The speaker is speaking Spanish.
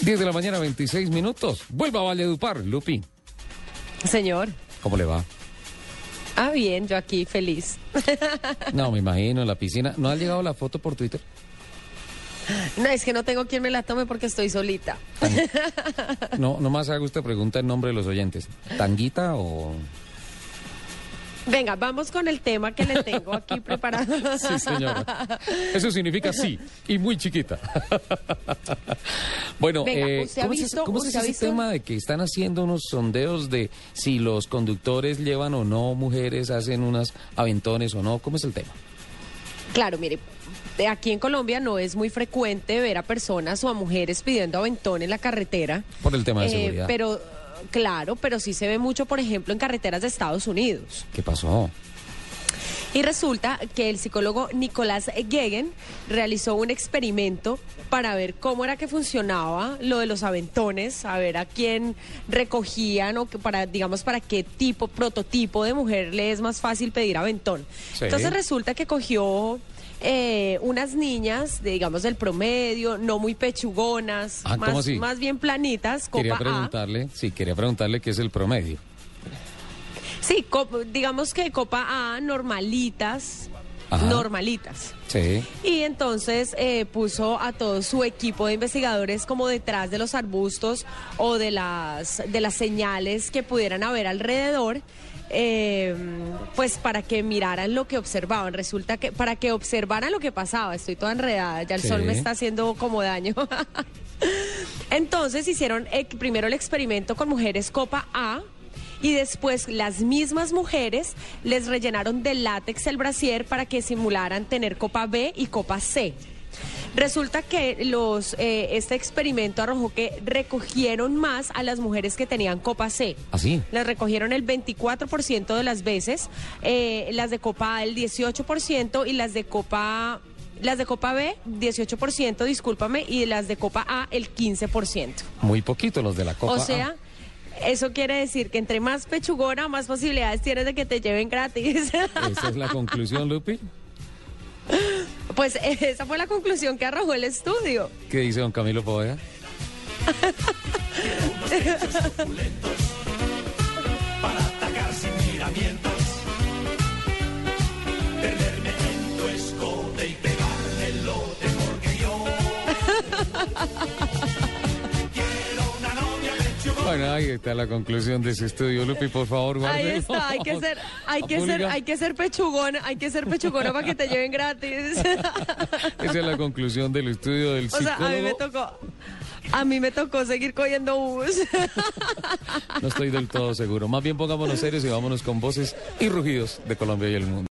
Diez de la mañana, 26 minutos. Vuelva a Valledupar, Lupi. Señor. ¿Cómo le va? Ah, bien, yo aquí feliz. No, me imagino, en la piscina. ¿No ha llegado la foto por Twitter? No, es que no tengo quien me la tome porque estoy solita. No, nomás hago esta pregunta en nombre de los oyentes. ¿Tanguita o...? Venga, vamos con el tema que le tengo aquí preparado. Sí, señora. Eso significa sí, y muy chiquita. Bueno, Venga, eh, ¿usted ha ¿cómo, es visto- ese- cómo es usted ha ese visto? tema de que están haciendo unos sondeos de si los conductores llevan o no mujeres, hacen unas aventones o no? ¿Cómo es el tema? Claro, mire, de aquí en Colombia no es muy frecuente ver a personas o a mujeres pidiendo aventón en la carretera. Eh, Por el tema de seguridad. Pero, claro, pero sí se ve mucho, por ejemplo, en carreteras de Estados Unidos. ¿Qué pasó? Y resulta que el psicólogo Nicolás Gegen realizó un experimento para ver cómo era que funcionaba lo de los aventones, a ver a quién recogían o que para, digamos, para qué tipo, prototipo de mujer le es más fácil pedir aventón. Sí. Entonces resulta que cogió eh, unas niñas, de, digamos, del promedio, no muy pechugonas, Ah, ¿cómo más, así? más bien planitas, Quería copa A. preguntarle, sí, quería preguntarle qué es el promedio. Sí, cop- digamos que copa A, normalitas, Ajá. normalitas. Sí. Y entonces eh, puso a todo su equipo de investigadores como detrás de los arbustos o de las, de las señales que pudieran haber alrededor. eh, pues para que miraran lo que observaban, resulta que para que observaran lo que pasaba, estoy toda enredada, ya el Sí. sol me está haciendo como daño. Entonces hicieron eh, primero el experimento con mujeres copa A y después las mismas mujeres les rellenaron de látex el brasier para que simularan tener copa B y copa C. Resulta que los, eh, este experimento arrojó que recogieron más a las mujeres que tenían copa C. ¿Ah, sí? Las recogieron el 24% de las veces, eh, las de Copa A el 18% y las de Copa las de Copa B 18%, discúlpame, y las de Copa A el 15%. Muy poquito los de la Copa. o A. sea, eso quiere decir que entre más pechugona, más posibilidades tienes de que te lleven gratis. Esa es la conclusión, Lupi. pues eh, esa fue la conclusión que arrojó el estudio. ¿Qué dice don Camilo Poveda? Bueno, ahí está la conclusión de ese estudio, Lupi, por favor, Ahí guárdelo. está, hay que ser, hay que ser, Pública. hay que ser pechugona, hay que ser pechugona para que te lleven gratis. Esa es la conclusión del estudio del O sea, psicólogo. a mí me tocó. A mí me tocó seguir cogiendo bus. No estoy del todo seguro. Más bien pongámonos serios y vámonos con voces y rugidos de Colombia y el mundo.